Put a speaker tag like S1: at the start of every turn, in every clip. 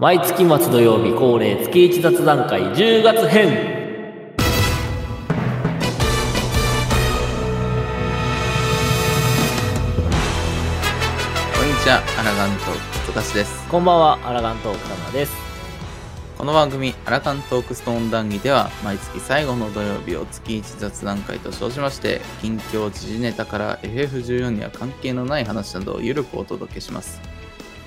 S1: 毎月末土曜日恒例月一雑談会10月編
S2: こんにちは、アラガントークトカシです。
S1: こんばんはアラガントーク玉です
S2: この番組、アラガントークストーン談義では、毎月最後の土曜日を月一雑談会と称しまして、近況、時事ネタから FF14 には関係のない話などをゆるくお届けします。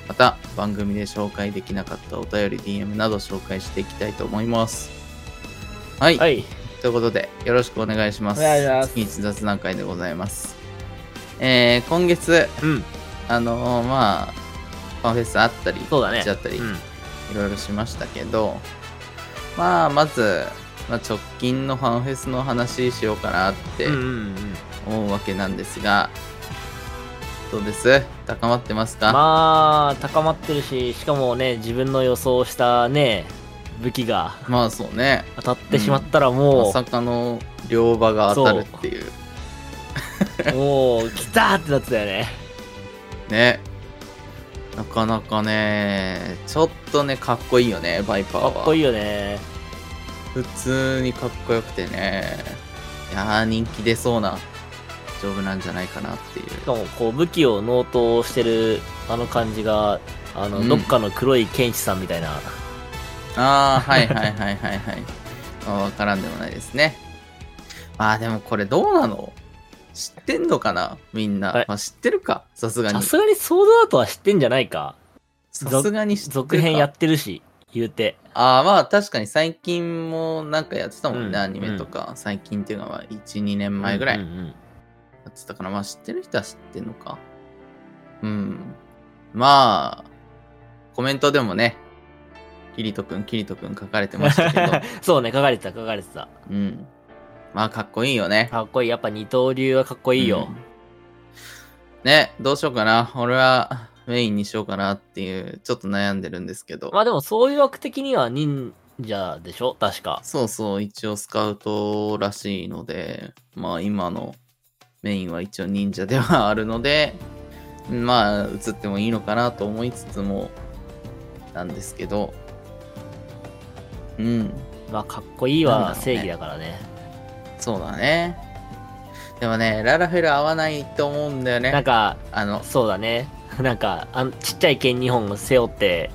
S2: また、番組で紹介できなかったお便り、DM など紹介していきたいと思います。はい、
S1: はい
S2: ということで、よろしくお願いします。
S1: お願いします
S2: 月一雑談会でございます。えー、今月、
S1: うん
S2: あのーまあ、ファンフェスあったり、
S1: そうだね
S2: しちゃったり、
S1: うん
S2: いろいろしましたけど、まあ、まず、まあ、直近のファンフェスの話しようかなって
S1: うんうんうん
S2: 思うわけなんですが、どうです高まってますか、
S1: まあ高まってるししかもね自分の予想したね武器が
S2: まあそうね。
S1: 当たってしまったらも
S2: ま
S1: う、
S2: さかの両場が当たるっていう。
S1: もう来たーってなってたよね
S2: ね。なかなかね、ちょっとね、かっこいいよね、バイパー
S1: か
S2: は。
S1: っこいいよね
S2: 普通にかっこよくてね。いやー、人気出そうな丈夫なんじゃないかなっていう。
S1: しかもこう武器を納刀してるあの感じがあの、
S2: うん
S1: どっかの黒い剣士さんみたいな
S2: ああ、はいはいはいはいはい。まあわからんでもないですね。ああ、でもこれどうなの知ってんのかなみんな。
S1: はい
S2: まあ、知ってるかさすが
S1: さ
S2: に。
S1: すがにソードアートは知ってんじゃないか
S2: さすがに知ってるか。
S1: 続編やってるし言うて
S2: ああ、まあ確かに最近もなんかやってたもんね、
S1: うん
S2: アニメとか。最近っていうのは1、2年前ぐらい
S1: うん
S2: や
S1: うんうん
S2: ってたから、まあ知ってる人は知ってんのか。うん。まあ、コメントでもね、キリトくん、キリトくん書かれてましたけど、
S1: そうね書かれてた書かれてた
S2: うん。まあかっこいいよね。
S1: かっこいいやっぱ二刀流はかっこいいよ
S2: う、んね、どうしようかな。俺はメインにしようかなっていう、ちょっと悩んでるんですけど。
S1: まあでもそういう枠的には忍者でしょ確か
S2: そうそう、一応スカウトらしいので、まあ今のメインは一応忍者ではあるので、まあ映ってもいいのかなと思いつつも、なんですけど、うん、
S1: まあかっこいいは正義だからね
S2: そうだね。でもね、ララフェル合わないと思うんだよ
S1: なん
S2: ね。
S1: か
S2: あの、
S1: そうだねなんかあんちっちゃい剣2本を背負って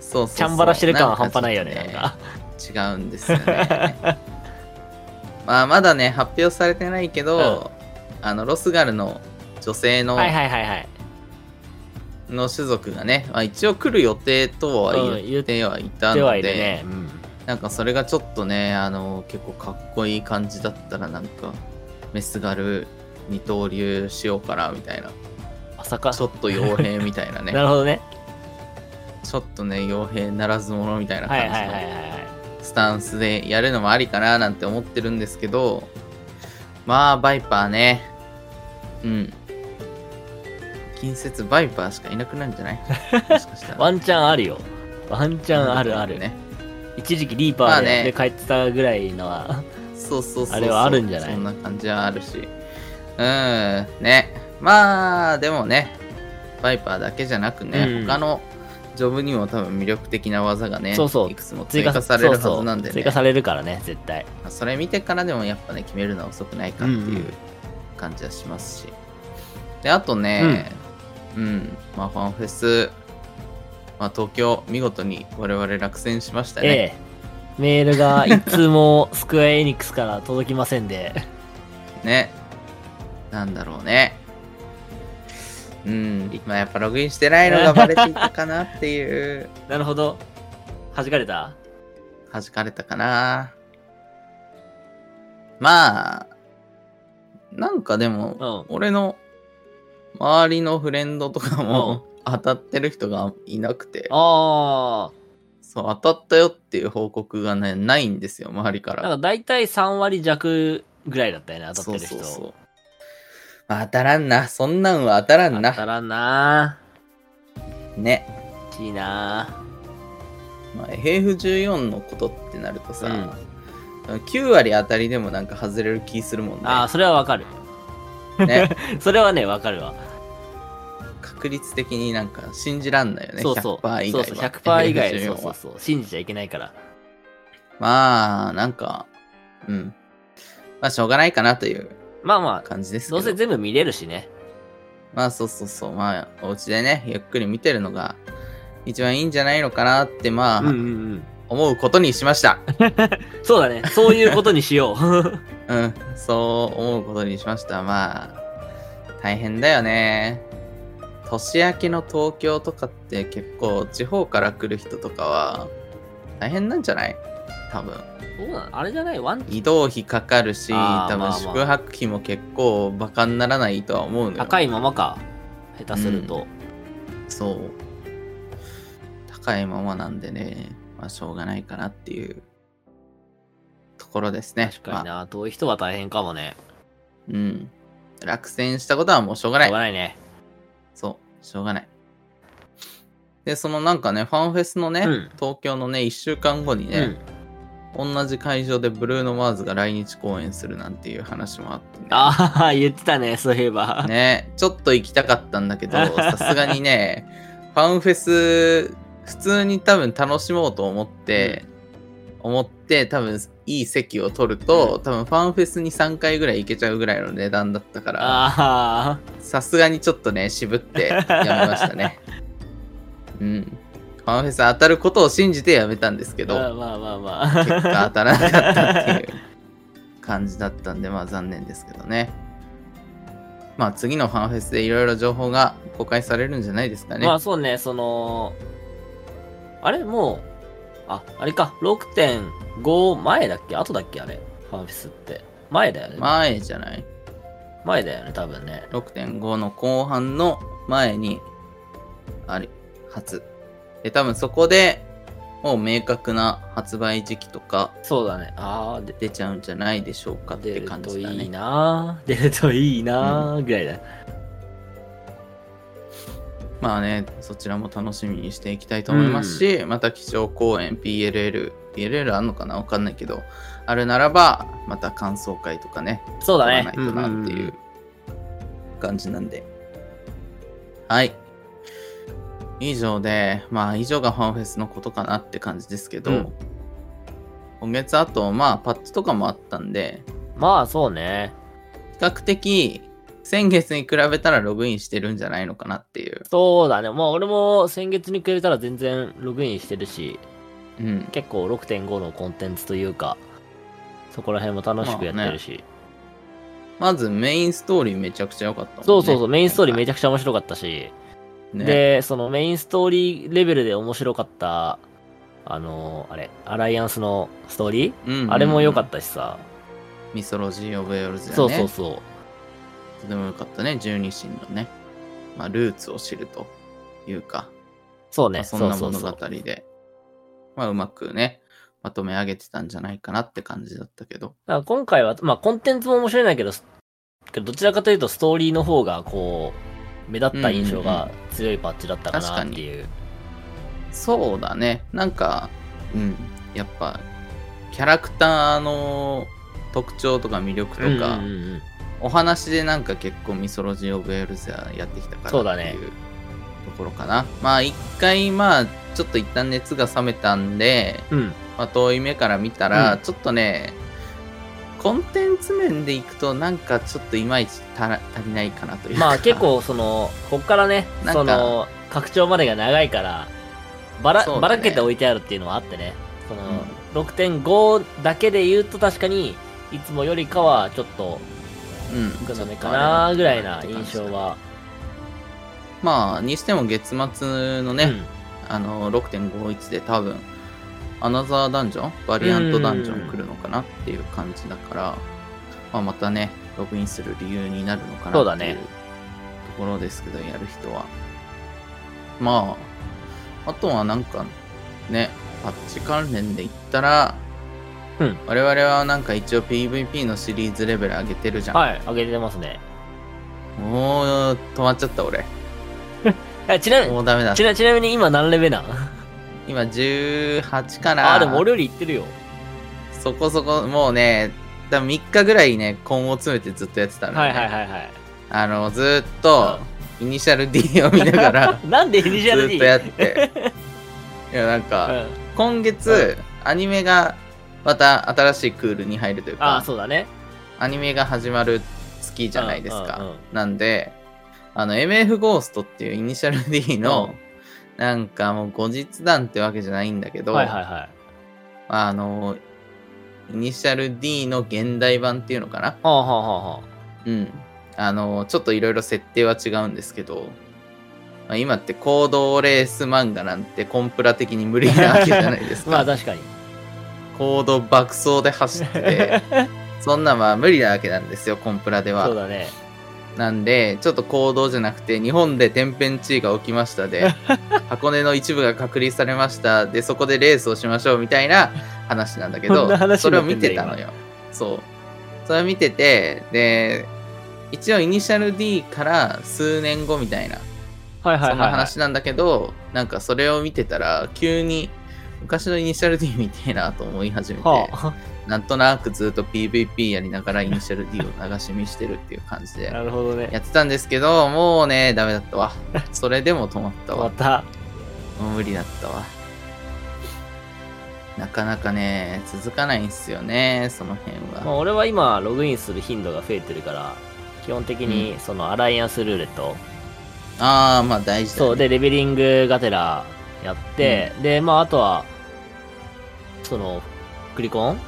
S2: そうそうそう。
S1: チャンバラしてる感は半
S2: んか
S1: 端ないよね
S2: ちょっと
S1: なんか
S2: 違うんですよね。 まあまだね発表されてないけど、あのロスガルの女性の,、
S1: はいはいはいはい
S2: の種族がね、まあ、一応来る予定とは
S1: うん
S2: 言ってはいた
S1: で
S2: の
S1: はい
S2: で,、
S1: るね、うん
S2: なんかそれがちょっとねあの結構かっこいい感じだったらなんかメスガル二刀流しようかなみたいな
S1: まさか
S2: ちょっと傭兵みたいな
S1: な
S2: ね
S1: るほどね
S2: ちょっとね傭兵ならず者みたい
S1: は
S2: な感じ
S1: い
S2: の、
S1: はいはいはいはい
S2: スタンスでやるのもありかななんて思ってるんですけど、まあ、バイパーね。うん。近接バイパーしかいなくなるんじゃないもしかした ら。
S1: ワンチャンあるよワンチャンあるある、
S2: ね。
S1: 一時期リーパ
S2: まあ
S1: ー
S2: ね
S1: で帰ってたぐらいのは、
S2: そうそうそうそう。
S1: あれはあるんじゃない
S2: そんな感じはあるし。うん、ね。まあ、でもね、バイパーだけじゃなくね、
S1: うん
S2: 他のジョブにも多分魅力的な技がね、
S1: そうそう
S2: いくつも追加されるはずなん
S1: そうそ
S2: でね。
S1: う追加されるからね絶対
S2: まあそれ見てからでもやっぱね決めるのは遅くないかって
S1: うんう
S2: い
S1: ん
S2: う感じはしますし、であとねうん、まあファンフェス、まあ、東京見事に我々落選しましたね、
S1: ええメールがいつもスクエアエニックスから届きません で
S2: ねなんだろうねうんまあやっぱログインしてないのがバレていたかなっていう
S1: なるほど弾かれた
S2: 弾かれたかなまあなんかでも
S1: うん
S2: 俺の周りのフレンドとかも当たってる人がいなくて
S1: あ
S2: そう当たったよっていう報告がねないんですよ周りか
S1: あなん
S2: ら
S1: か大体3割弱ぐらいだったよね当た
S2: そ
S1: っ
S2: う
S1: てる
S2: そ
S1: 人
S2: うそう、まあ、当たらんなそんなんは当たらん
S1: 当た
S2: な
S1: らんな
S2: ね、
S1: ぁいいな
S2: まあ、FF14 のことってなる
S1: ぁ、
S2: とさ、
S1: うん、
S2: 9割当たりでもなんか外れる気するもんね
S1: ああそれはわかる
S2: ね
S1: それはねわかるわ
S2: かっ確率的になんか信じらんないよね。
S1: そうそう。
S2: 100%以
S1: そう
S2: 外
S1: そう、
S2: は。
S1: 100%以外。
S2: FF14
S1: そう
S2: は
S1: そうそう。信じちゃいけないから。
S2: まあ、なんか、うん。まあ、しょうがないかなという
S1: まあまあ、
S2: 感じですけ
S1: ど
S2: ど。
S1: うせ全部見れるしね。
S2: まあ、そうそうそう。まあ、お家でね、ゆっくり見てるのが一番いいんじゃないのかなって、まあ、
S1: うんうんうん。
S2: 思うことにしました。
S1: そうだね。そういうことにしよう。
S2: うん、そう思うことにしました。まあ、大変だよね。年明けの東京とかって結構地方から来る人とかは大変なんじゃない多分。
S1: そうなのあれじゃないワン
S2: 移動費かかるし、
S1: あー
S2: 多
S1: まあ
S2: 分
S1: まあ
S2: 宿泊費も結構バカにならないとは思うのよ。
S1: 高いままか。下手すると。
S2: そう。高いままなんでね、まあしょうがないかなっていうところですね。
S1: 確かに
S2: まあ
S1: な。遠い人は大変かもね。
S2: うん。落選したことはもうしょうがな
S1: しょ
S2: いう
S1: が。ないね。
S2: そう、しょうがない。で、そのなんかね、ファンフェスのね、
S1: うん
S2: 東京のね、1週間後に
S1: うん
S2: ね、。同じ会場でブルーノ・マーズが来日公演するなんていう話もあってね、
S1: ああ、言ってたね、そういえば。
S2: ね、ちょっと行きたかったんだけ ど、さすがにね、ファンフェス、普通に多分楽しもうと思って、思って、多分いい席を取ると、多分ファンフェスに3回ぐらい行けちゃうぐらいの値段だったから、
S1: あ
S2: さすがにちょっとね、渋ってやめました ね。うん。ファンフェス当たることを信じてやめたんですけ
S1: あ、まあ
S2: ど、
S1: まあまあま
S2: 結果
S1: あ。
S2: 当たらなかったっていう感じだったんで、まあ残念ですけどね。まあ次のファンフェスでいろいろ情報が公開されるんじゃないですか ね。
S1: まあそうね、その、あれもう、あ、あれか、6.5前だっけ後だっけあれ。ファンフェスって。前だよね。
S2: 前じゃない
S1: 前だよね、多分ね。
S2: ?6.5 の後半の前に、あれ、初。で、多分そこでもう明確な発売時期とか、
S1: そうだね。ああ、で、
S2: 出ちゃうんじゃないでしょうかって
S1: 出る
S2: 感
S1: と
S2: じだ
S1: いい
S2: ね。
S1: な出るといいなぐらいだ。
S2: まあね、そちらも楽しみにしていきたいと思いますし、また基調公演 PLL、PLL あんのかなわかんないけど、あるならば、また感想会とかね、
S1: そうだ
S2: や
S1: ね
S2: らない。となって
S1: うんうん
S2: いううん感じなんで。はい。以上で、まあ以上がファンフェスのことかなって感じですけど、
S1: うん
S2: 今月あと、まあパッチとかもあったんで、
S1: まあそうね。
S2: 比較的先月に比べたらログインしてるんじゃないのかなっていう。
S1: そうだね。まあ俺も先月に比べたら全然ログインしてるし、
S2: うん。
S1: 結構6.5のコンテンツというか、そこら辺も楽しくやってるし。
S2: まずメインストーリーめちゃくちゃ良かったもんね。
S1: そうそうそう、メインストーリーめ
S2: ち
S1: ちゃくちゃ面白かったし、
S2: ゃ、ね、
S1: で、そのメインストーリーレベルで面白かった、あのーあれ、アライアンスのストーリー、
S2: うんうん
S1: あれも良かったしさ、
S2: ミソロジー・オブ・エオルズやね。
S1: そうそうそう。
S2: とても良かったね、十二神のね。まあ、ルーツを知るというか、
S1: そう
S2: ま
S1: ね、
S2: あそ
S1: そ
S2: ん
S1: う
S2: な
S1: そう
S2: 物
S1: そ
S2: 語
S1: う。
S2: で、まあ、うまくね、まとめ上げてたんじゃないかなって感じだったけど。
S1: だから今回は、まあコンテンツも面白いんだけど、すけどどちらかというとストーリーの方が、こう、目立った印象が強いパッチだったかなっていう。
S2: そうだね。なんか、うん。やっぱ、キャラクターの特徴とか魅力と
S1: うんうん
S2: か、
S1: うんうん
S2: お話でなんか結構ミソロジー・オブ・エルセアやってきたから
S1: そうだね
S2: っていうところかな。まあ一回まあちょっと一旦熱が冷めたんで、
S1: うん。
S2: まあ、遠い目から見たら
S1: うん
S2: ちょっとね、コンテンツ面でいくとなんかちょっといまいち足ら足りないかなというか
S1: まあ結構その、こっからね、
S2: なんか
S1: その、拡張までが長いから、ばら、
S2: そうだね
S1: ばらけて置いてあるっていうのはあってね。その、
S2: う
S1: 6.5だけで言うと確かに、いつもよりかはちょっと
S2: うん
S1: 少なめ
S2: ちょ
S1: か
S2: っとあ
S1: な
S2: れ
S1: ぐらいな
S2: って感じ
S1: 印象は。
S2: まあにしても月末のね、
S1: うん
S2: あの6.51で多分アナザーダンジョンバリアントダンジョン来るのかなっていう感じだから、まあ、またねログインする理由になるのか
S1: そう
S2: な
S1: だ
S2: ってい
S1: ね
S2: うところですけど、やる人はまああとはなんかねパッチ関連で言ったら、
S1: うん
S2: 我々はなんか一応 PVP のシリーズレベル上げてるじゃん、
S1: はい、上げてますね。
S2: もう止まっちゃった俺
S1: えちなみ
S2: も
S1: に、
S2: うダメだ
S1: ちなちなみに今何レベルなん
S2: 今18かな
S1: あ、でも俺よりいってるよ。
S2: そこそこ、もうね、多分3日ぐらいね、根を詰めてずっとやってたの、ね。
S1: はいはいはいはい。
S2: あの、ずーっと、イニシャル D を見ながら
S1: なん でイニ
S2: ず
S1: シャル D?
S2: ーっとやっていやなんか、
S1: うん、
S2: 今月、アニメがまた新しいクールに入るという
S1: ああ
S2: か
S1: そうだね
S2: アニメが始まる月じゃないですか、
S1: うんうんうん
S2: なんであの MF ゴーストっていうイニシャル D の、なんかもう後日談ってわけじゃないんだけど、
S1: はいはいはい
S2: あのイニシャル D の現代版っていうのかな
S1: はあはあはあは
S2: うんあのちょっといろいろ設定は違うんですけどまあ今って行動レース漫画なんてコンプラ的に無理なわけじゃないです
S1: あ
S2: か。
S1: まあ確かに
S2: 行動爆走で走っ ててそんなんは無理なわけなんですよコンプラで
S1: そう
S2: は
S1: だね
S2: なんでちょっと行動じゃなくて日本で天変地異が起きまし たで箱根の一部が隔離されましたでそこでレースをしましょうみたいな話なんだけ
S1: そんな
S2: ど
S1: 話
S2: そ
S1: に
S2: れ
S1: な
S2: を
S1: って
S2: 見
S1: んだ
S2: てたのよそうそれを見ててで一応イニシャル D から数年後みたいな
S1: はいはい
S2: そ
S1: は
S2: ん
S1: い、は、
S2: ない話なんだけどなんかそれを見てたら急に昔のイニシャル D みたいなと思い始めて、
S1: は
S2: なんとなくずっと PVP やりながらイニシャル D を流し見してるっていう感じ
S1: あ、
S2: で
S1: なるほどね
S2: やってたんですけど、もうね、ダメだっ たわ。それでも止まった
S1: ま
S2: わ。
S1: た
S2: もう無理だったわ。なかなかね、続かないんすよね、その辺
S1: まあ、
S2: は。
S1: 俺は今ログインする頻度が増えてるから基本的にそのアライアンスルーレット、
S2: ああ、まあ大事だ、ね。
S1: そうでレベリングがてらやって、でまああとはそのクリコン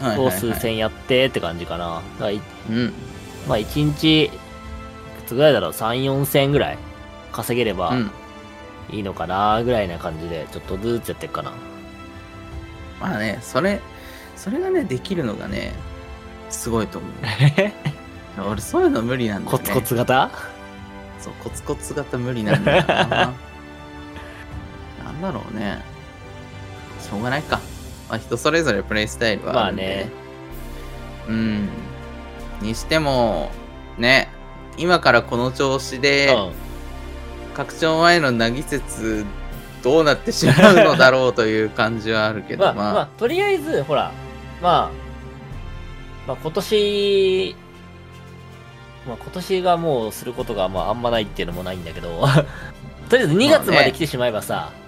S2: はいはい
S1: を
S2: はい
S1: 数千やってって感じかな、だからい
S2: うん。
S1: まあ1日いくつぐらいだろう34千ぐらい稼げれば
S2: うん。
S1: いいのかなぐらいな感じでちょっとずつやっていくかな
S2: まあね、それ、それがね、できるのがね、すご いと思う。俺、そういうの無理なんだよ
S1: コ
S2: ね。
S1: ツコツ型
S2: そう、コツコツ型無理なんだよな。 なんだろうね。しょうがないか。まあ人それぞれプレイスタイルはあるんで。ね。うん。にしても、ね、今からこの調子
S1: う
S2: で、
S1: ん
S2: 拡張前のなぎ説、どうなってしまうのだろうという感じはあるけど、
S1: まあ、
S2: まあ、
S1: まあ、とりあえず、ほら、まあ、まあ今年、まあ今年がもうすることがまああんまないっていうのもないんだけど、 とりあえず2月まで来てしまえばさ、
S2: うん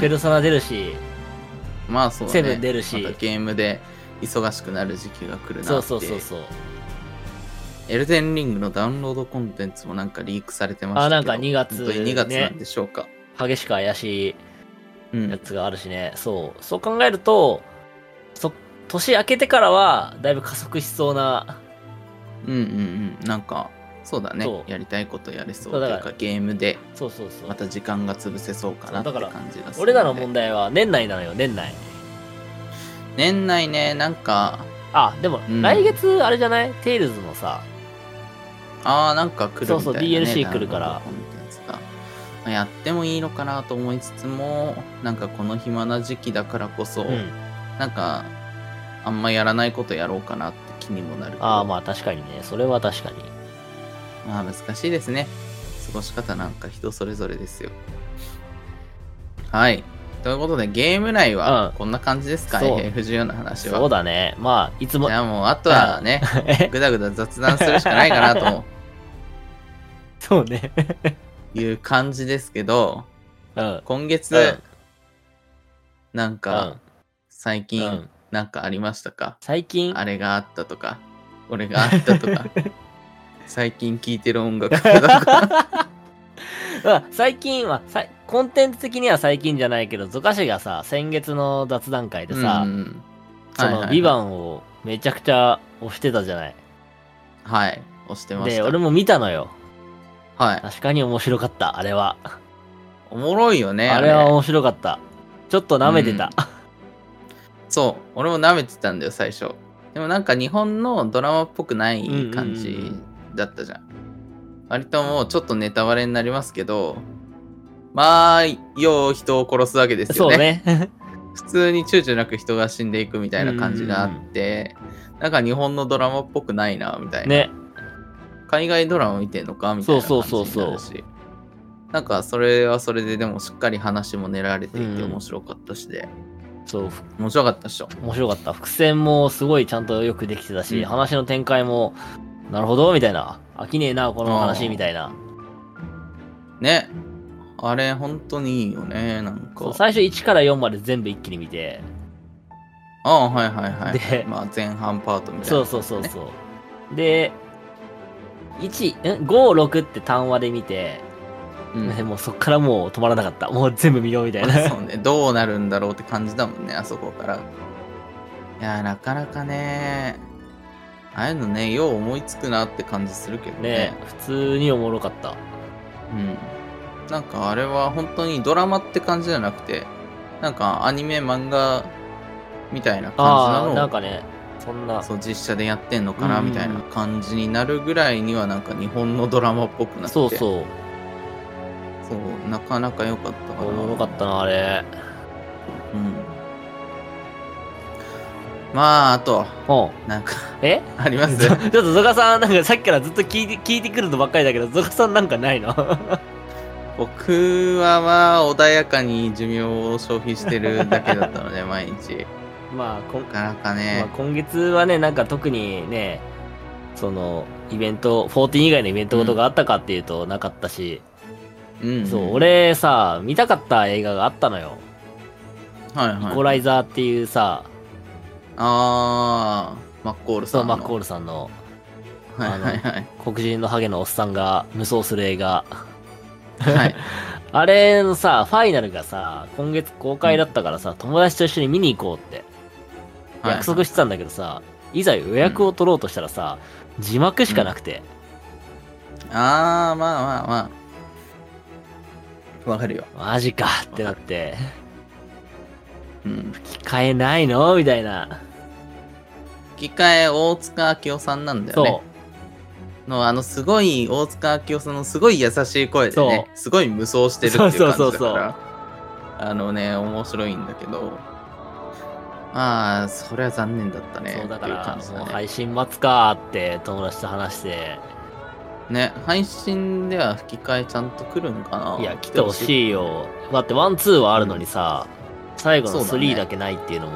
S1: ペルソナ出るし、
S2: まあそうだ
S1: セ
S2: ね。
S1: ブン出るし
S2: またゲームで忙しくなる時期が来るなって。
S1: そうそうそうそう。
S2: エルデンリングのダウンロードコンテンツもなんかリークされてましたけど。
S1: あなんか2月
S2: 本当に2月なんでしょうか。
S1: 激しく怪し
S2: う
S1: いや
S2: ん。
S1: つがあるしね、そう。そう考えると、そ、年明けてからは、だいぶ加速しそうな、
S2: うんうんうん。なんか、そうだね
S1: そ。う
S2: やりたいことやれそ
S1: そ
S2: う
S1: う
S2: と
S1: だ
S2: い
S1: か
S2: う
S1: ら
S2: か、ゲームで
S1: そうそうそう。
S2: また時間が潰せそうかなって
S1: そうだから
S2: 感じがする。
S1: 俺らの問
S2: 題。
S1: 題は年内なのよ、年内。
S2: 年内ね、なんか、
S1: あ、でも
S2: うん、
S1: 来月、あれじゃない、テイルズのさ、
S2: あーなんか来るみたいな、ね。
S1: そうそう DLC 来るから
S2: ダウンロードコンテンツがまあやってもいいのかなと思いつつも、なんかこの暇な時期だからこそ、
S1: うん。
S2: なんか、あんまやらないことやろうかなって気にもなる。
S1: ああ、まあ確かにね。それは確かに。
S2: まあ難しいですね。過ごし方なんか人それぞれですよ。はい。ということで、ゲーム内
S1: う
S2: は
S1: ん
S2: こんな感じですか、
S1: そう
S2: ?FF14 の話
S1: そう
S2: は。
S1: だね。まあ、いつも
S2: じ、ゃあもう、あとはね、
S1: え
S2: ぐだぐだ雑談するしかないかなと
S1: そうね。
S2: いう感じですけど、
S1: うん。
S2: 今月、
S1: うん
S2: なん
S1: うん
S2: か、最
S1: う
S2: 近
S1: ん、
S2: なんかありましたか、
S1: 最近、
S2: あれがあったとか、俺があった とか、最近聴いてる音楽だとか。
S1: うん最近は、さいコンテンツ的には最近じゃないけど、ゾカシがさ、先月の雑談会でさ、
S2: うんうん
S1: そ
S2: はいはい
S1: の、
S2: はい
S1: ビバンをめちゃくちゃ押してたじゃない。
S2: はい、押してまし
S1: で、
S2: た。
S1: 俺も見たのよ。
S2: はい。
S1: 確かに面白かった、あれは。
S2: おもろいよね。
S1: あれは面白かった。ちょっと舐めてた。
S2: そう、俺も舐めてたんだよ、最初。でもなんか日本のドラマっぽくない
S1: うんうんうん
S2: 感じだったじゃん。割ともうちょっとネタバレになりますけど、まあ、よう人を殺すわけです
S1: そ
S2: よ
S1: う
S2: ね。
S1: ね。
S2: 普通に躊躇なく人が死んでいくみたいな感じがあって、なんか日本のドラマっぽくないな、みたいな。
S1: ね。
S2: 海外ドラマ見てんのかみたいな
S1: そ
S2: 感
S1: う
S2: じ
S1: そうそうそ
S2: に
S1: う
S2: なるしなんかそれはそれででもしっかり話も練られていて
S1: うん
S2: 面白かったしで、
S1: そう、
S2: 面白かったっしょ
S1: 面白かった。伏線もすごいちゃんとよくできてたし、
S2: うん
S1: 話の展開もなるほど、みたいな。飽きねえな、この
S2: あ
S1: 話、
S2: ー
S1: みたいな。
S2: ね。あれ、本当にいいよね、なん
S1: そう
S2: か。
S1: 最初1から4まで全部一気に見て、
S2: ああ、はいはいはい。
S1: で
S2: まあ、前半パートみたいな、
S1: そうそうそうそう。で、1、ん ?5、6って単話で見て、
S2: う
S1: ね
S2: ん。
S1: もうそっからもう止まらなかった。もう全部見ようみ たいな。
S2: そうね、どうなるんだろうって感じだもんね、あそこから。いやー、なかなかね、ああいうのね、よう思いつくなって感じするけど
S1: ね
S2: ね。
S1: 普通におもろかった。
S2: うん。なんかあれは本当にドラマって感じじゃなくて、なんかアニメ、漫画みたいな感
S1: ああ、
S2: じな
S1: な
S2: の
S1: ん
S2: を
S1: かね、そんな。
S2: そう実写でやってんのかな
S1: うんうん
S2: みたいな感じになるぐらいにはなんか日本のドラマっぽくなって
S1: そう
S2: う
S1: そう。
S2: そうなかなか良かったかな
S1: おもろかったな、あれ。
S2: うんまああと
S1: うん。
S2: なんか
S1: え
S2: ありま
S1: ち
S2: す
S1: ょっとゾカさん、なんかさっきからずっと聞いて聞いてくるのばっかりだけど、ゾカさんなんかないの
S2: 僕はまあ穏やかに寿命を消費してるだけだった ので毎日
S1: まあ、こん
S2: なかなか
S1: まあ
S2: ね、
S1: 今月はね、なんか特にね、その、イベント、14以外のイベントことがあったかっていうとなかったし、
S2: うん
S1: そう、俺さ、見たかった映画があったのよ。
S2: はいはい
S1: イコライザーっていうさ、
S2: ああマッコールさ
S1: そうんマッコー
S2: ル
S1: ルさんの
S2: はいはいはい
S1: 黒人のハゲのおっさんが無双する映画。
S2: はい
S1: あれのさ、ファイナルがさ、今月公開だったからさ、友達と一緒に見に行こうって
S2: はい
S1: 約束してたんだけどさ、いざ予約を取ろうとしたらさ、字幕しかなくて、
S2: ああまあまあまあわかるよ
S1: マジかってなって、
S2: うん
S1: 吹き替えないのみたいな。
S2: 吹き替え大塚明夫さんなんだよね
S1: そ。
S2: のあのすごい大塚明夫さんのすごい優しい声でね、すごい無双してるっていう感じだから、
S1: そうそうそうそう
S2: あのね、面白いんだけど、まあ、それは残念だった
S1: う。
S2: ね。
S1: そうだか
S2: っていう
S1: ら
S2: 感、じ
S1: もう
S2: だね
S1: 配信待つかって友達と話して、
S2: ね、配信では吹き替えちゃんと来るんかないい
S1: や、来てほ
S2: い。
S1: しいよ。だって、ワン、ツーはあるのにさ、最後の
S2: そうだね
S1: 3だけないっていうのも、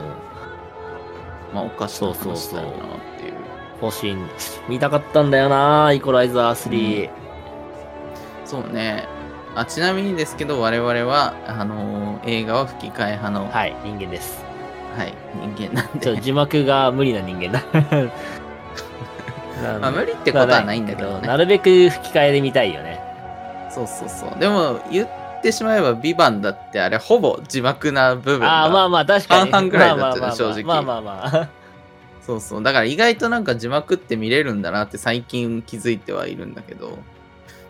S2: まあ、おかし
S1: そ
S2: な
S1: うそう
S2: 話
S1: そう
S2: だよなっていう。
S1: 欲しいん。見たかったんだよなイコライザー3。
S2: そうね。あちなみにですけど、我々は、あのー映画は吹き替え派の、
S1: はい、人間です。
S2: はい、人間なんで。
S1: ちょっと字幕が無理な人間 だ。
S2: まあ、無理ってことはないんだけど
S1: な
S2: ね。
S1: るべく吹き替えで見たいよね。
S2: そうそうそう。でも、言ってしまえば、ビバンだって、あれ、ほぼ字幕な部分が。
S1: ああ、まあまあ、確かに。
S2: 半々ぐらいだったよね
S1: まあまあまあまあまあ
S2: 正直
S1: ま あ。
S2: そうそう。だから、意外となんか字幕って見れるんだなって最近気づいてはいるんだけど、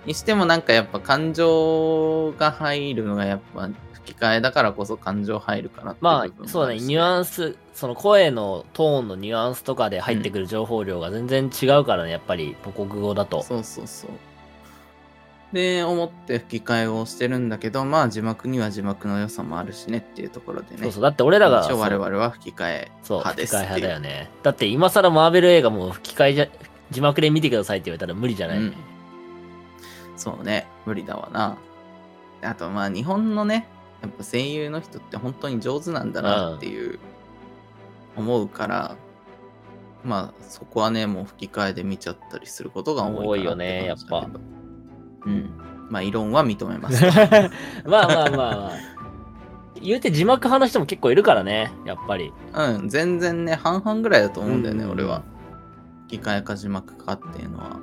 S2: にしてもなんかやっぱ感情が入るのがやっぱ吹き替えだからこそ感情入るかなって
S1: ま
S2: 部分も
S1: あ、そうだね、
S2: るし
S1: ニュアンス、その声のトーンのニュアンスとかで入ってくる情報量が全然違うからね、やっぱり母国語だと。
S2: そうそうそう。で、思って吹き替えをしてるんだけど、まあ字幕には字幕の良さもあるしねっていうところでね。
S1: そうそう、だって俺らが、
S2: 一応我々は吹き替え
S1: そう、
S2: 派
S1: 吹
S2: で
S1: き
S2: す
S1: 替え
S2: って
S1: 派
S2: いう
S1: だよね。だって今更マーベル映画も吹き替えじゃ、字幕で見てくださいって言われたら無理じゃない、
S2: うん、そうね無理だわなあとまあ日本のねやっぱ声優の人って本当に上手なんだなっていう思うから、まあそこはねもう吹き替えで見ちゃったりすることが多いかな
S1: 多いよね
S2: って感じだけどうんまあ異論は認めます
S1: まあまあまあまあ。言うて字幕派の人も結構いるからね、やっぱり。
S2: うん全然ね半々ぐらいだと思うんだよね、
S1: うん
S2: 俺は吹き替えか字幕かっていうのは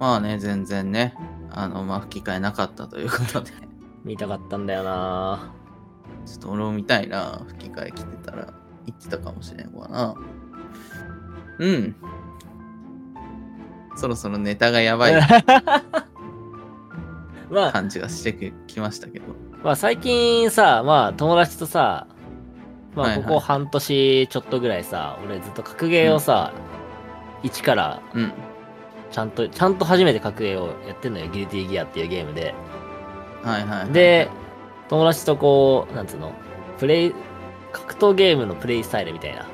S2: まあね全然ねあのまあ吹き替えなかったということで
S1: 見たかったんだよな
S2: ちょっと俺も見たいな。吹き替え来てたら、行ってたかもしれんわな。うん。そろそろネタがやばい
S1: まあ、
S2: 感じがしてきましたけど。
S1: まあ最近さ、まあ友達とさ、ま
S2: は
S1: あ
S2: いは
S1: こ
S2: い
S1: こ半年ちょっとぐらいさ、俺ずっと格ゲーをさ、一から
S2: うん。
S1: ちゃんと、ちゃんと初めて格ゲーをやってんのよ、ギルティギアっていうゲームで。
S2: はいはい、はい。
S1: で、友達とこう、なんつうの、プレイ、格闘ゲームのプレイスタイルみたいな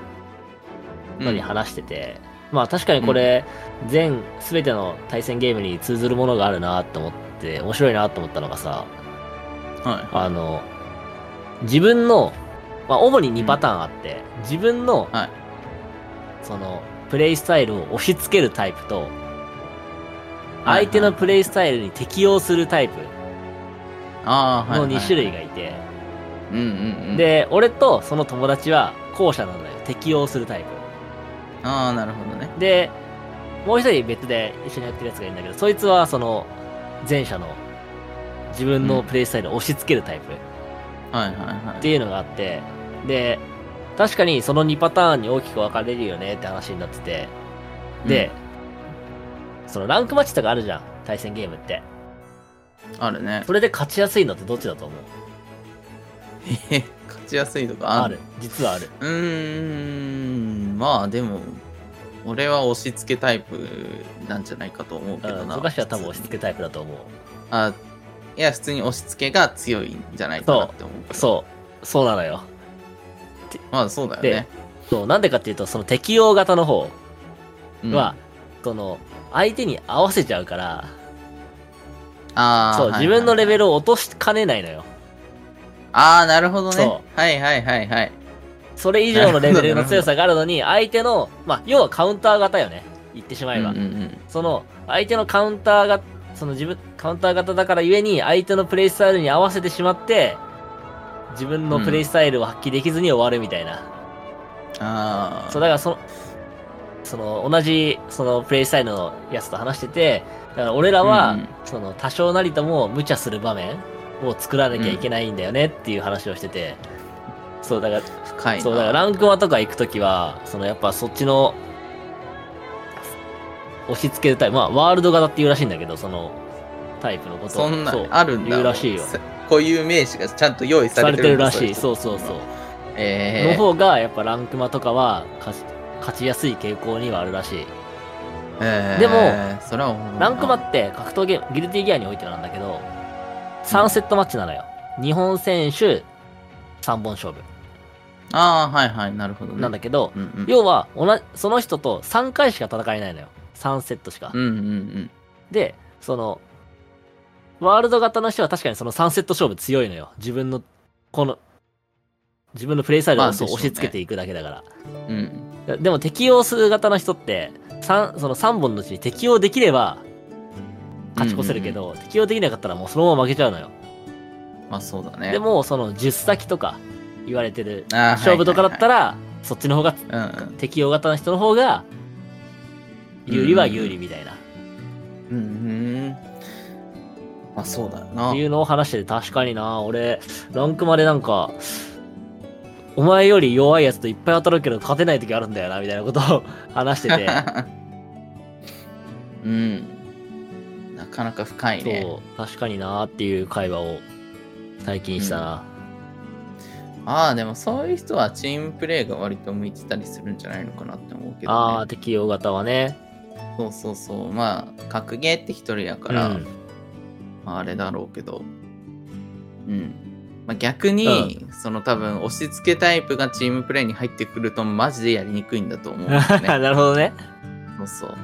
S2: うん、
S1: のに話してて、まあ確かにこれ、全、すべての対戦ゲームに通ずるものがあるなと思って、面白いなと思ったのがさ、
S2: は
S1: あの、自分の、まあ主に2パターンあって、自分の、
S2: はい
S1: その、プレイスタイルを押し付けるタイプと、相手のプレイスタイルに適応するタイプ
S2: ああ、はい、
S1: の
S2: はい
S1: 2種類がいて、
S2: うんうんうん。、
S1: で、俺とその友達は後者なのよ。適応するタイ
S2: ああ、なるほどね。
S1: プ。で、もう一人別で一緒にやってるやつがいるんだけど、そいつはその前者の自分のプレイスタイルを押し付けるタイプ。
S2: はいはいは
S1: っ
S2: い。
S1: ていうのがあって、で、確かにその2パターンに大きく分かれるよねって話になってて、で、そのランクマッチとかあるじゃん、対戦ゲームって。
S2: うん、あるね。
S1: それで勝ちやすいのってどっちだと思う
S2: えへ勝ちやすいとか
S1: あ
S2: ある
S1: る。実はある。
S2: うーん、まあでも、俺は押し付けタイプなんじゃないかと思うけ
S1: う
S2: ど
S1: ん、
S2: な。
S1: 昔は多分押し付け
S2: け。
S1: タイプだと思う。
S2: あ、いや、普通に押し付けが強いんじゃないかなって思うけど。
S1: そう。そうなのよ。
S2: まあそうだよね。
S1: そう、なんでかっていうと、その適応型の方
S2: うん
S1: は、その、相手に合わせちゃうから、
S2: ああ、
S1: そう、自分のレベ
S2: ル。
S1: ルを落としかねないのよ。
S2: ああ、なるほどね
S1: そ。
S2: はいはいはいはい。
S1: それ以上のレベルの強さがあるのに、相手の、まあ、要はカウンター型よね。言ってしまえば。
S2: うんうんうん
S1: その相手のカウンターが、その自分、カウンター型だからゆえに相手のプレイスタイルに合わせてしまって、自分のプレイスタイルを発揮できずに終わるみたいな。
S2: ああ。
S1: そう、だからその、その同じそのプレイスタイルのやつと話してて、だから俺らは、
S2: うん
S1: その多少なりとも無茶する場面を作らなきゃいけないんだよねっていう話をしてて、そう、だから
S2: 深いな。
S1: そう、だからランクマとか行くときは、そのやっぱそっちの、押し付けるタイプ、まあワールド型っていうらしいんだけど、そのタイプのことを
S2: そんな
S1: そう、
S2: あるんだ。
S1: 言うらしいよ。
S2: さこういう名詞がちゃんと用意さ
S1: さ
S2: れ
S1: れ
S2: て
S1: て
S2: る
S1: る
S2: んだ
S1: らしい。
S2: そう
S1: そ
S2: いう
S1: そうそう。
S2: う。え
S1: の
S2: え
S1: 方が、やっぱランクマとかは勝ち、勝ちやすい傾向にはあるらしい。
S2: ええ
S1: でも
S2: それは思うな
S1: ランクマって格闘ゲーム、ギルティギアにおいてなんだけど、3セットマッチなのよ。日本選手、3本勝負。
S2: ああ、はいはい、なるほど、ね。
S1: なんだけど、
S2: うんうん。
S1: 要は、同じ、その人と3回しか戦えないのよ。3セットしか
S2: う。んうんうん。
S1: で、その、ワールド型の人は確かにその3セット勝負強いのよ。自分の、この、自分のプレイスタイルを
S2: まあ
S1: そう
S2: でしょう
S1: 押
S2: ね
S1: し付けていくだけだから。
S2: うん。
S1: ででも適用する型の人って、三その3本のうちに適用できれば勝ち越せるけど、適用できなかったらもうそのまま負けちゃうのよ。
S2: まあそうだね。
S1: でも、その10先とか言われてる
S2: あー、
S1: 勝負とかだった
S2: ら、
S1: ら、そっちの方が、
S2: うん
S1: 適用型の人の方が、有利は有利みたいな。
S2: うん。うんうん。まあそうだよな。
S1: っていうのを話してて、確かにな、俺、ランクまでなんか、お前より弱いやつといっぱい当たるけど勝てない時あるんだよな、みたいなことを 話してて、
S2: うん。なかなか深 いね。
S1: そう、確かになっていう会話を最近したな。
S2: ああ、でもそういう人はチームプレーが割と向いてたりするんじゃないのかなって思うけど、ね。
S1: ああ、適用型はね。
S2: そうそうそう。まあ、格ゲーって一人やか
S1: う
S2: ら、
S1: ん。
S2: まあ、あれだろうけど。うん。まあ、逆に、その多分、押し付けタイプがチームプレーに入ってくると、マジでやりにくいんだと思うんだ よね。
S1: なるほどね。
S2: そうそう。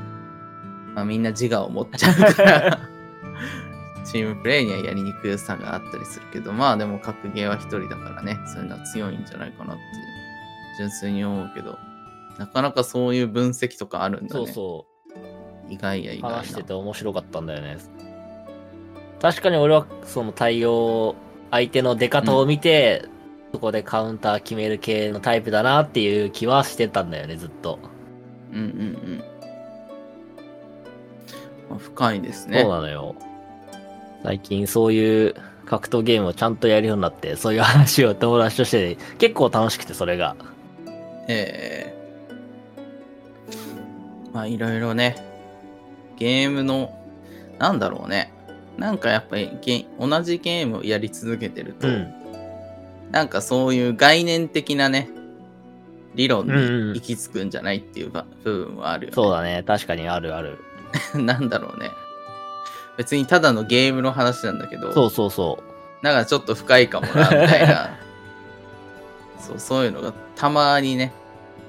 S2: まあ、みんな自我を持っちゃうから、 チームプレーにはやりにくさがあったりするけど、まあでも格ゲーは一人だからね、そういうのは強いんじゃないかなって、純粋に思うけど、なかなかそういう分析とかあるんだ
S1: そ
S2: ね。
S1: うそ
S2: 意外や意
S1: う。
S2: 外な。
S1: 話してて面白かったんだよね。確かに俺はその対応、相手の出方を見て、そこでカウンター決める系のタイプだなっていう気はしてたんだよね、ずっと。
S2: うんうんうん。まあ、深いですね。
S1: そうなのよ。最近そういう格闘ゲームをちゃんとやるようになって、そういう話を友達として、結構楽しくて、それが。
S2: ええまあいろいろね、ゲームの、なんだろうね。なんかやっぱりゲ同じゲームをやり続けてると、
S1: ん。
S2: なんかそういう概念的なね、理論に
S1: うんうん
S2: 行き着くんじゃないっていうば部分はあるよね。
S1: そうだね。確かにあるある。
S2: なんだろうね。別にただのゲームの話なんだけど、
S1: そうそうそ
S2: なんかちょっと深いかもな、みた いな。そう、そういうのがたまにね、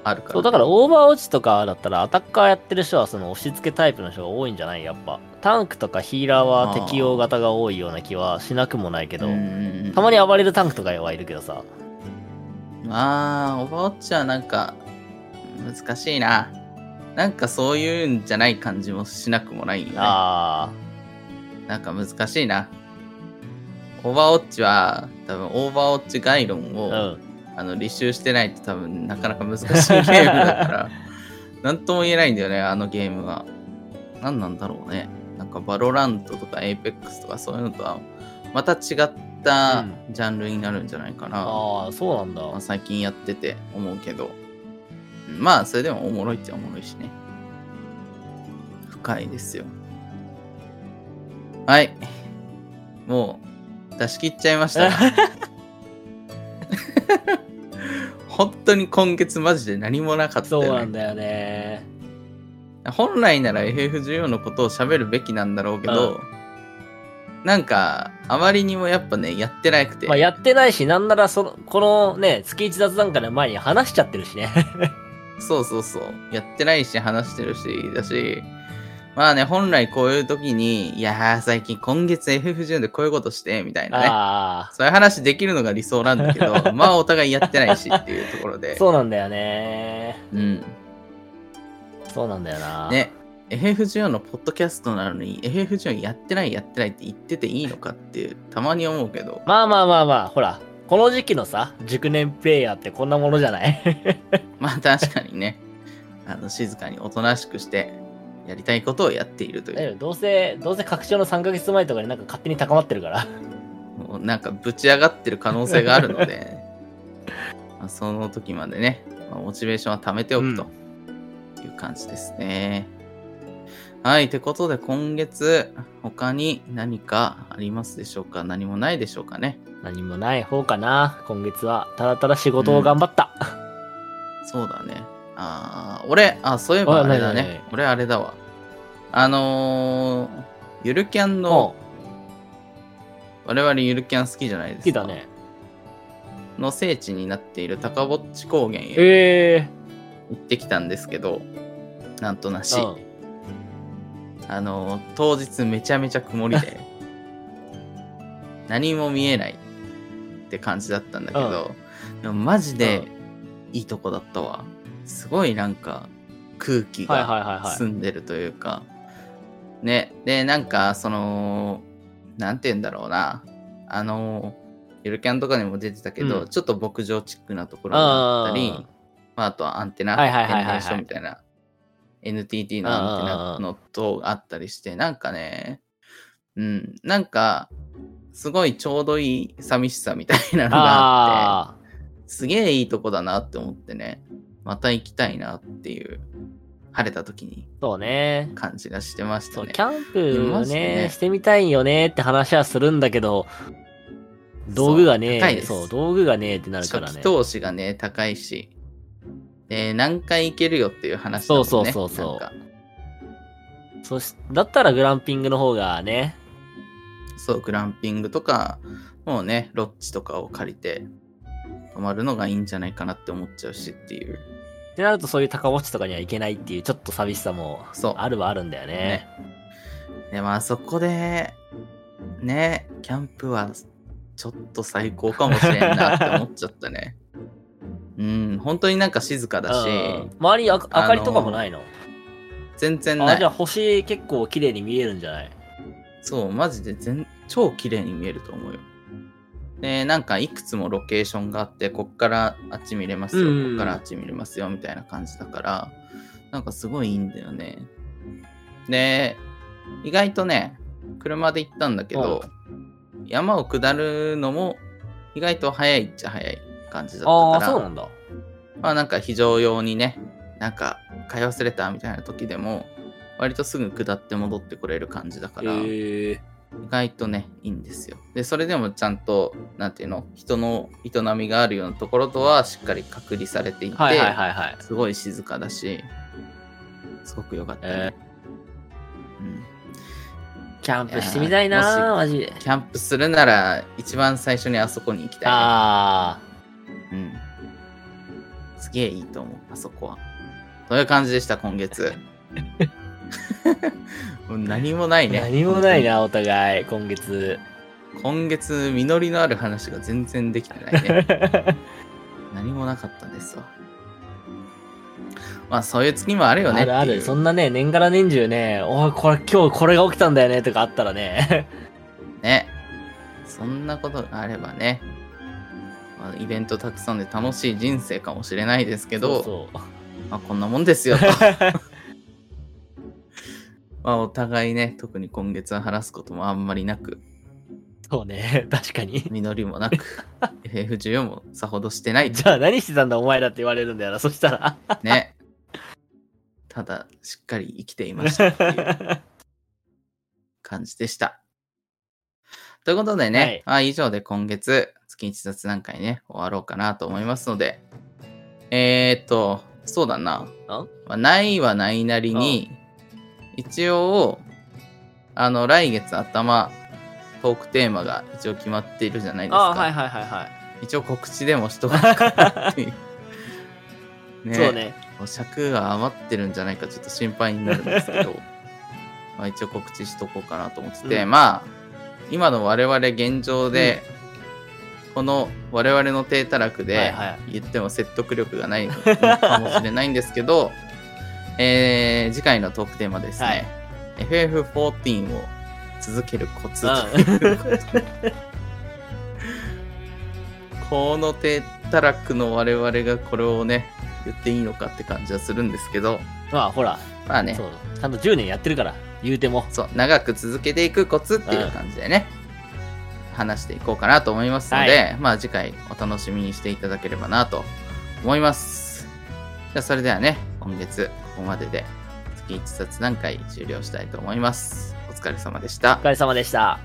S2: ある
S1: う。
S2: から。
S1: そう、だからオーバーウォッチとかだったら、アタッカーやってる人はその押し付けタイプの人が多いんじゃないやっぱ。タンクとかヒーラーは適用型が多いような気はしなくもないけど、
S2: うん
S1: たまに暴れるタンクとかはいるけどさ。
S2: まあ、おばあちゃんなんか、難しいな。なんかそういうんじゃない感じもしなくもないよね。
S1: あ
S2: なんか難しいな。オーバーウォッチは多分オーバーウォッチ概論を、
S1: あ、うん。
S2: あの履修してないと多分なかなか難しいゲームだ から、なんとも言えないんだよね、あのゲームは。何なんだろうね。なんかバロラントとかエイペックスとかそういうのとはまた違った
S1: う
S2: ジャンルになるんじゃないかな。
S1: ああ、そうなんだ。
S2: まあ、最近やってて思うけど。うんまあそれでもおもろいっちゃおもろいしね。深いですよ。はい。もう出し切っちゃい ましたね。本当に今月マジで何もなかった
S1: そ
S2: よ、ね。
S1: うなんだよね。
S2: 本来なら FF14 のことを喋るべきなんだろうけど、なんか、あまりにもやっぱね、やってなくて。
S1: まあ、やってないし、なんならその、このね、月一雑談会の前に話しちゃってるしね。
S2: そうそうそう。やってないし、話してるし、だし、まあね、本来こういう時に、いやー、最近今月 FF14 でこういうことして、みたいなね。
S1: あ
S2: そういう話できるのが理想なんだけ ど、まあお互いやってないしっていうところ
S1: あ、
S2: で。
S1: そうなんだよね。
S2: うん。
S1: そうなんだよな。。
S2: ね。FF14 のポッドキャストなのに FF14 やってないやってないって言ってていいのかってたまに思うけど
S1: まあまあまあまあ、ほら、この時期のさ、熟年プレイヤーってこんなものじゃない
S2: まあ確かにねあの静かにおとなしくしてやりたいことをやっているという
S1: どうせ、どうせ拡張の3ヶ月前とかになんか勝手に高まってるから。
S2: もうなんかぶち上がってる可能性があるので、 まあその時までね、まあモチベーションは貯めておくという感じですね。はい、ってことで今月、他に何かありますでしょうか何もないでしょうかね
S1: 何もない方かな、今月は。ただただ仕事を頑張った。
S2: そうだね。あー俺、あ、そういえば
S1: あ
S2: あれ
S1: な
S2: だ
S1: いないな
S2: ね
S1: い。
S2: 俺あれだわ。あのー、ゆるキャン
S1: も
S2: の、我々ゆるキャン好きじゃないで
S1: う、
S2: す
S1: 好
S2: か。
S1: きだ。ね。
S2: の聖地になっている高ぼっち高原へ。
S1: え
S2: 行ってきたんですけどなんとな
S1: え
S2: し、あの当日めちゃめちゃ曇 りで何も見えないって感じだったんだけど、でもマジでいいとこだったわすごいなんか空気
S1: はい
S2: が
S1: はいはいはい。
S2: 澄んでるというか、ねでなんかそのなんて言うんだろうなあのゆるキャンとかにも出てたけど、
S1: うん
S2: ちょっと牧場チックなところがあったり、まあ、あとはアンテナ、
S1: はいはいはいはいはい
S2: 変電所みたいな、NTT のアンテナの塔があったりして、なんかね、うん、なんか、すごいちょうどいい寂しさみたいなのがあって、
S1: あ
S2: すげえいいとこだなって思ってね、また行きたいなっていう、晴れた時に
S1: ーそうね。
S2: 感じがしてまし
S1: そ
S2: た
S1: う、
S2: ね
S1: キ。ャン
S2: い
S1: プ
S2: ま
S1: を
S2: す
S1: ね
S2: ね
S1: してみたいよねって話はするんだけど、道具が
S2: そう高い
S1: ね
S2: です
S1: そう、道具がねってなるから
S2: 初期
S1: ね。
S2: 投資がね、高いし、で、何回行けるよっていう話だもんね。
S1: そうそうそうそう
S2: なんか
S1: そしだったらグランピングの方がね、
S2: そう、グランピングとか、もうね、ロッジとかを借りて、泊まるのがいいんじゃないかなって思っちゃうしっていう。
S1: ってなるとそういう高持ちとかには行けないっていうちょっと寂しさも
S2: そう。
S1: あるはあるんだよね。
S2: で、まあそこで、ね、キャンプはちょっと最高かもしれんなって思っちゃったね。うん、本当になんか静かだし、
S1: うん周りにあ明かりとかもないの、
S2: 全然
S1: あ
S2: な
S1: じゃ
S2: い。
S1: あ星結構綺麗に見えるんじゃない
S2: そう、マジで全超綺麗に見えると思うよ。で、なんかいくつもロケーションがあって、こっからあっち見れますよ、
S1: うん
S2: こっからあっち見れますよ、みたいな感じだから、なんかすごいいいんだよね。で、意外とね、車で行ったんだけど、山を下るのも意外と早いっちゃ早い感じだ
S1: あ
S2: った
S1: あ
S2: か
S1: ー
S2: ら、
S1: そうなんだ
S2: まあなんか非常用にね、なんか買い忘れたみたいな時でも、割とすぐ下って戻ってこれる感じだから、
S1: へえ
S2: 意外とねいいんですよでそれでもちゃんとなんていうの人の営みがあるようなところとはしっかり隔離されていて、
S1: はいはいはいはい
S2: すごい静かだしすごく良かった、ねうん
S1: キャンプしてみたい
S2: いや
S1: な
S2: ー
S1: ーマジで
S2: キャンプするなら一番最初にあそこに行きた
S1: あ
S2: い、ね、うんすげえいいと思うあそこはそういう感じでした今 月もう何もない
S1: あ、
S2: ね
S1: 何もないなお互い今月
S2: 今月実りのある話 が全然できてないね何もなかったですわ。まあそういう月もあるよ
S1: あ
S2: ねっていう
S1: るある。そんなね、年がら年中ね、おい、これ今日これが起きたんだよねとかあったらね。
S2: ねそんなことがあればね、まあ、イベントたくさんで楽しい人生かもしれないですけ
S1: そ
S2: ど
S1: うそう
S2: まあ、こんなもんですよと まあお互いね特に今月は話すこともあんまりなく
S1: そうね、確かに。
S2: 実りもな く FF14 もさほどしてない
S1: じゃあ何してたんだお前らって言われるんだよな、そしたら。
S2: ねただしっかり生きていましたっていう 感じでした。ということでね、まあ以上で今月、月1雑談会ね、終わろうかなと思いますので、えー、っと、そうだな。まあないはないなりに、一応、あの、来月頭、トークテーマが一応決まっているじゃないですか。
S1: ああ、はいはいはいはい。
S2: 一応告知でもしとこうかな っていう。ね
S1: そうね。
S2: もう尺が余ってるんじゃないかちょっと心配になるんです けどまあ一応告知しとこうかなと思ってて、
S1: うん
S2: まあ今の我々現状で、この我々の低たらく
S1: は
S2: で
S1: いはい
S2: 言っても説得力がないのかもしれないんですけど、 えー次回のトークテーマですね、FF14 を続けるコツということで、 この低たらくの我々がこれをね言っていいのかって感じはするんですけど
S1: まあほら、
S2: まあね
S1: そう。ちゃんと10年やってるから、言うても。
S2: そう長く続けていくコツっていう感じでね、話していこうかなと思いますので、まあ次回お楽しみにしていただければなと思いますじゃあそれではね今月ここまでで月1冊何回終了したいと思いますお疲れ様でした
S1: お疲れ様でした。